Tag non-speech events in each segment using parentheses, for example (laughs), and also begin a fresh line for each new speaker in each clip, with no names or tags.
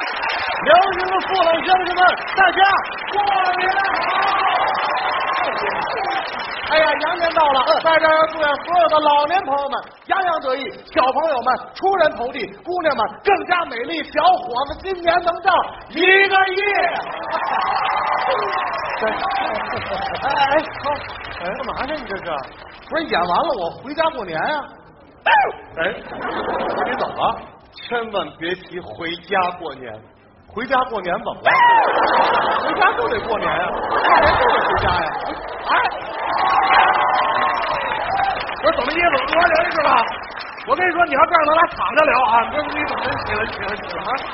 辽宁的父老乡亲们，大家过年好！哎呀，羊年到了，在这儿祝愿所有的老年朋友们洋洋得意，小朋友们出人头地，姑娘们更加美丽，小伙子今年能挣一个亿！ (laughs) 哎哎，好，哎，干嘛呢？你这是？不是演完了我回家过年呀、哎，你怎么了？千万别提回家过年，回家过年怎么了？回家就得过年呀、过年就得回家呀、哎，
我怎么意思？我人是吧？我跟你说，你要这样，咱俩躺着聊啊！你你怎么起来起来啊起来？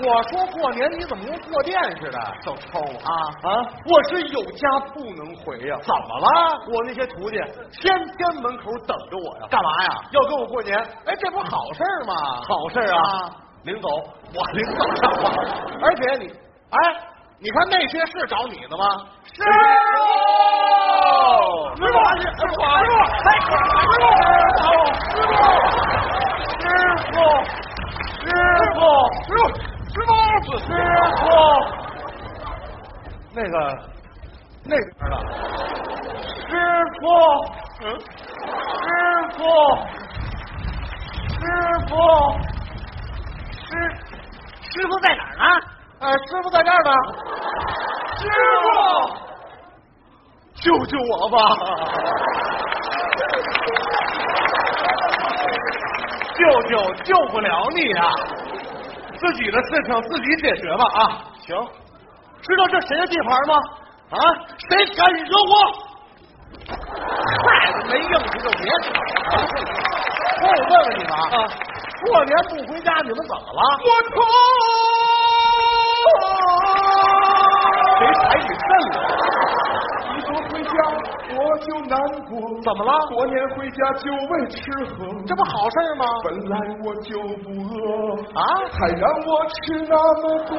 我说过年你怎么跟过电似的，小偷啊
啊
啊！我是有家不能回呀、
怎么了？
我那些徒弟天天门口等着我呀，
干嘛呀？
要跟我过年，哎，这不是好事儿吗？
好事啊
啊！
领走，我领走上吧。
而且你，哎，你看那些是找你的吗？
师傅，
师傅
师傅，师傅，哎，师傅，师傅，师傅，师傅，师傅，师
那个那边的，
傅，
嗯，
师傅，师傅，师师傅在哪儿呢？
哎，师傅在这儿呢，
师
救救我吧！
舅舅救不了你啊，自己的事情自己解决吧啊！
行，
知道这谁的地盘吗？啊，谁敢惹我？嗨，哎没硬气就别吵了。
那我问问你们啊
啊，
过年不回家，你们怎么了？
我错。
谁踩你肾了？
你说回家我就难过，
怎么了？
过年回家就为吃喝，
这不好事儿吗？
本来我就不饿，
啊，
还让我吃那么多。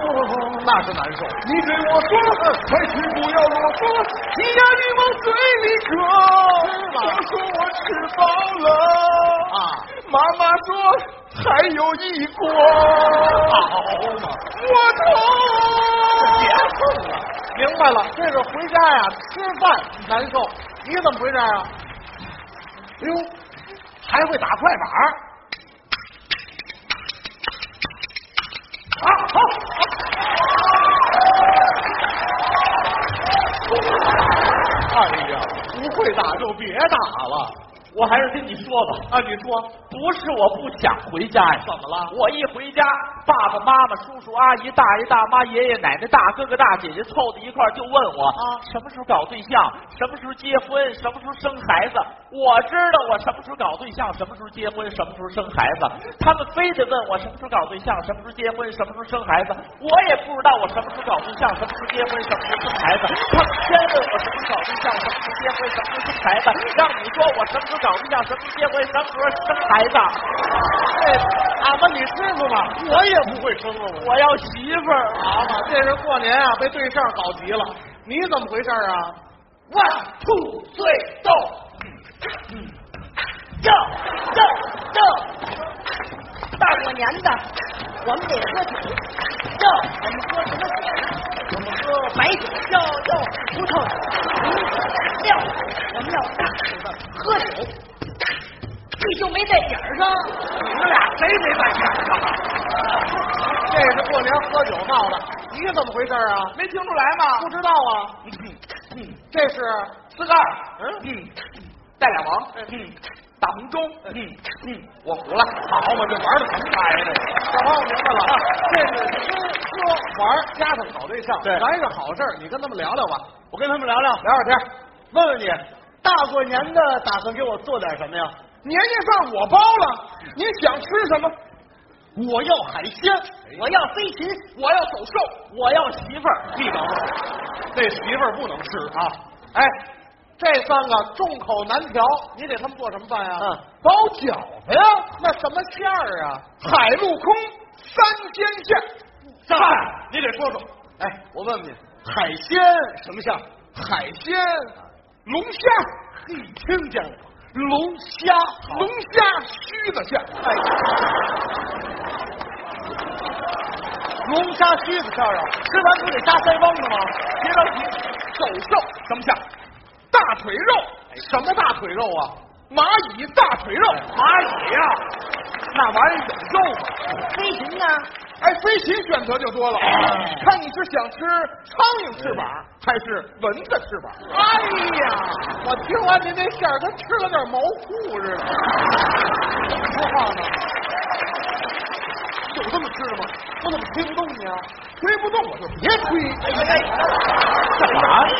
那是难受。
你对我说，开始不要啰嗦，一呀一往嘴里搁。
吧
我说我吃饱了，
啊，
妈妈说还有一锅。
好嘛，
我痛，
别碰了。明白了，这是回家呀，吃饭难受。你怎么回家呀？哎呦，还会打快板儿。啊，好。哎呀，不会打就别打了。
我还是跟你说吧，
啊，你说
不是我不想回家呀，
怎么了
我一回家，爸爸妈妈、叔叔阿姨、大爷大妈、爷爷奶奶、大哥哥大姐姐凑在一块儿就问我
啊
什么时候搞对象，什么时候结婚，什么时候生孩子。我知道我什么时候搞对象，什么时候结婚，什么时候生孩子。他们非得问我什么时候搞对象，什么时候结婚，什么时候生孩子。我也不知道我什么时候搞对象，什么时候结婚，什么时候生孩子。他们先问我什么时候搞对象，什么时候结婚，什么时候生孩子。让你说我什么时候搞对象，什么时候结婚，什么时候生孩子。
这俺们哎你师傅吧，我也不会生了，我
我要媳妇儿。
好嘛，这是过年啊，被对象搞急了。你怎么回事啊？
One two three go go go go，
大过年的，我们得喝酒，哟，我们喝什么酒？我们喝白酒，哟哟，葡萄酒，料，我们要大口的喝酒。你就没在点儿上，啊
你们俩谁没在线上？
这是过年喝酒闹的。你怎么回事啊？
没听出来吗？
不知道啊？这是
四个二，嗯嗯，带俩王，嗯，大红中，嗯嗯，我服了，好嘛，这玩的什么玩意儿？
小朋友明白了啊，这是吃喝玩加上搞对象，
对
来个好事儿。你跟他们聊聊吧，
我跟他们聊聊，
聊聊天，问问你，
大过年的打算给我做点什么呀？
年夜饭我包了，你想吃什么？
我要海鲜，我要飞禽，我要走兽，我要媳妇儿。你等会儿，
这媳妇儿不能吃啊！哎，这三个众口难调，你给他们做什么饭呀、
嗯
包饺子呀？那什么馅儿啊？海陆空三鲜馅。
上
哎
来，
你得说说。哎，我问问你，
海鲜什么馅儿？
海鲜龙虾，你听见了吗？龙虾，龙虾须子馅。哎，龙虾须子馅儿啊，
吃完不得扎腮帮子吗？
别着急，手瘦什么馅儿？大腿肉，什么大腿肉啊？蚂蚁大腿肉，
蚂蚁呀、
啊那玩意儿有肉吗？
飞禽呢？
哎，飞禽选择就多了，看你是想吃苍蝇翅膀还是蚊子翅膀。哎呀，我听完您这馅儿，跟吃了点毛裤似的。说话呢？有这么吃的吗？我怎么推不动你啊？推不动我就别哎推。
干嘛呀？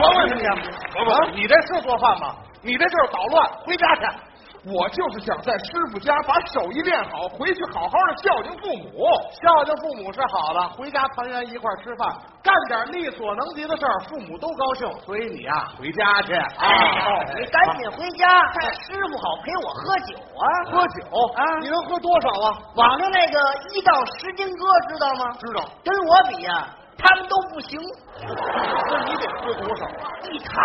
我问问你啊，我问问你这是做饭吗？你这就是捣乱，回家去。我就是想在师傅家把手艺练好，回去好好的孝敬父母。孝敬父母是好的，回家团圆一块儿吃饭，干点力所能及的事儿，父母都高兴。所以你啊，回家去啊！
哎，你赶
啊
紧回家，让师傅好陪我喝酒啊！
喝酒啊！你能喝多少啊？
网上那个一到十斤哥知道吗？
知道，
跟我比呀、他们都不行，
那你得喝多少啊？
一坛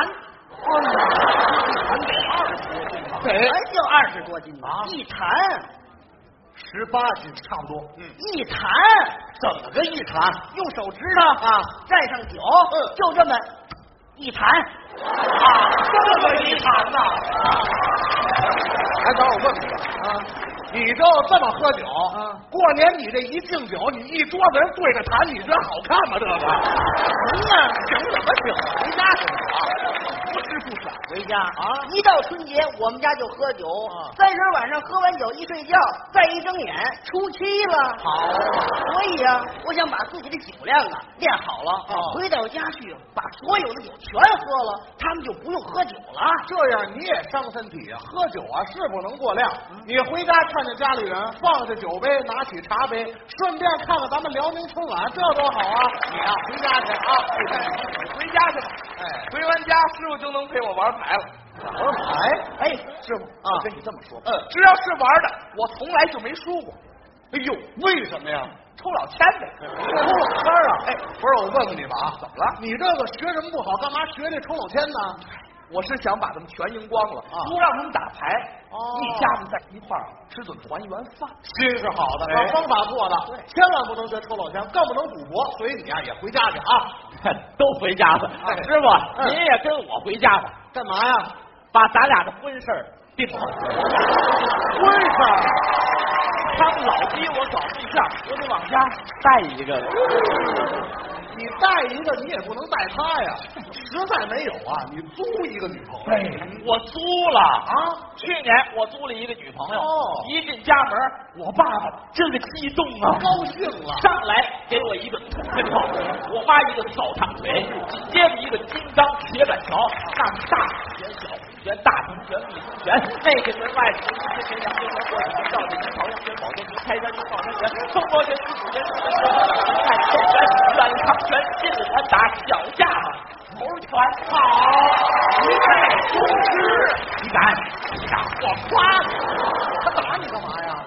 哦
得
哎就二十多斤吧，一坛
十八斤，差不多。嗯，
一坛，
怎么个一坛？
用手指头啊蘸上酒，就这么一坛啊，这么一坛呐、
哎，等会儿我问你啊，你就这么喝酒？过年你这一敬酒，你一桌子人对着谈，你觉得好看吗？这 (laughs) 个行啊，行什么行？啊回家去吧，不吃不散。
回家啊！一到春节，我们家就喝酒。
哦
三十晚上喝完酒一睡觉，再一睁眼，初七了。好，所以啊，我想把自己的酒量啊练好了，
哦
回到家去把所有的酒全喝了，他们就不用喝酒了。
这样你也伤身体啊！喝酒啊是不能过量。你回家看见家里人，放下酒杯，拿起茶杯，顺便看看咱们辽宁春晚，这多好啊！你啊，回家去啊！
回家去吧。
哎，
回完家，师傅就能陪我玩牌了。
玩牌？哎，师傅
啊
我跟你这么说，
嗯，只要是玩的，我从来就没输过，
哎呦，为什么呀？
抽老千呗。
抽老千啊！哎，不是，我问问你们啊，怎么了？你这个学什么不好，干嘛学这抽老千呢？
我是想把他们全赢光了，
啊
不让他们打牌，
哦
一家子在一块儿吃顿团圆饭。
心是好的，
哎
把方法做的，千万不能学抽老千，更不能赌博。所以你啊，也回家去啊。 (laughs)
都回家吧
哎，
师傅，
嗯
您也跟我回家吧，
干嘛呀？
把咱俩的婚事儿定了。
婚事儿啊
他们老逼我搞对象，我得往家带一个了。
你带一个，你也不能带他呀。实在没有啊，你租一个女朋友。
哎我租了啊！
啊，
去年我租了一个女朋友，
哦
一进家门，我爸爸这个激动啊，
高兴了。
上来给我一个土跟头，我妈一个扫堂腿，紧接着一个金刚铁板桥，那是大平拳、小平拳、大平拳、密封拳，那个拳、外平拳、拳、阳拳、火影拳、赵铁拳、朝阳拳、保健拳、开山拳、抱山拳、风魔拳、水浒拳、四神拳、太极拳、远长拳、近子拳、打小架子、猴拳，好，一代宗师，你敢？你敢？我夸你。
他打你干嘛呀？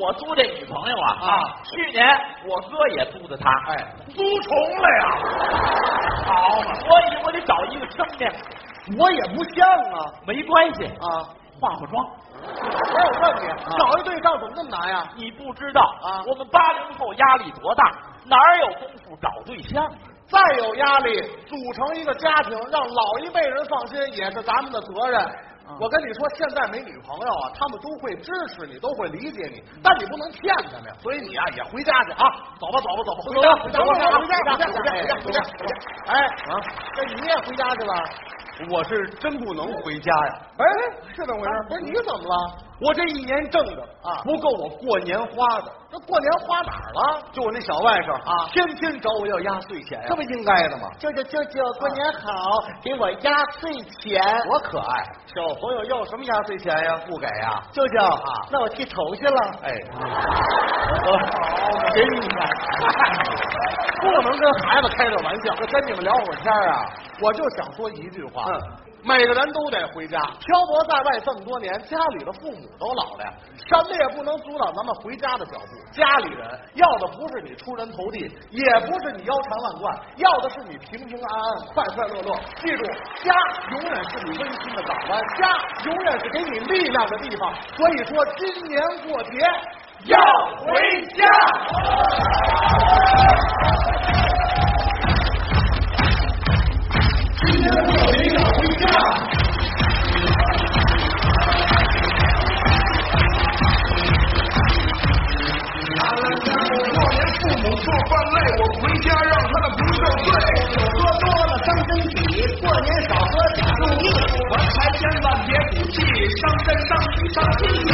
我租这女朋友啊
啊
去年我哥也租的她，
哎，
租重了呀，好嘛，所以我得找一个生的，
我也不像啊
没关系，
啊！
化化妆。啊
不是我问你，找一对象怎么那么难呀？
你不知道
啊
我们八零后压力多大，哪儿有功夫找对象啊？
再有压力，组成一个家庭，让老一辈人放心，也是咱们的责任。
啊
我跟你说，现在没女朋友啊，他们都会支持你，都会理解你，但你不能骗他们呀。所以你啊，也回家去啊，走吧，走吧，走吧，回家，回家，回家，回家，回家，回家，回家，回家。哎，啊，这你也回家去了？
我是真不能回家呀，
哎，是怎么回事？不是你怎么了？
我这一年挣的
啊
不够我过年花的。
那过年花哪儿了？
就我那小外甥
啊
天天找我要压岁钱呀，
这不应该的吗？啊
舅舅舅舅，过年好，给我压岁钱。
多可爱！啊
小朋友要什么压岁钱呀？不给呀？
舅舅
啊
那我剃头去了。
(laughs)
哎，我给你买。
不能跟孩子开这玩笑。我跟你们聊会儿天儿啊，我就想说一句话。
嗯
每个人都得回家，漂泊在外这么多年，家里的父母都老了呀，什么也不能阻挡咱们回家的脚步。家里人要的不是你出人头地，也不是你腰缠万贯，要的是你平平安安、快快乐乐。记住，家永远是你温馨的港湾，家永远是给你力量的地方。所以说，今年过节要回家。上心。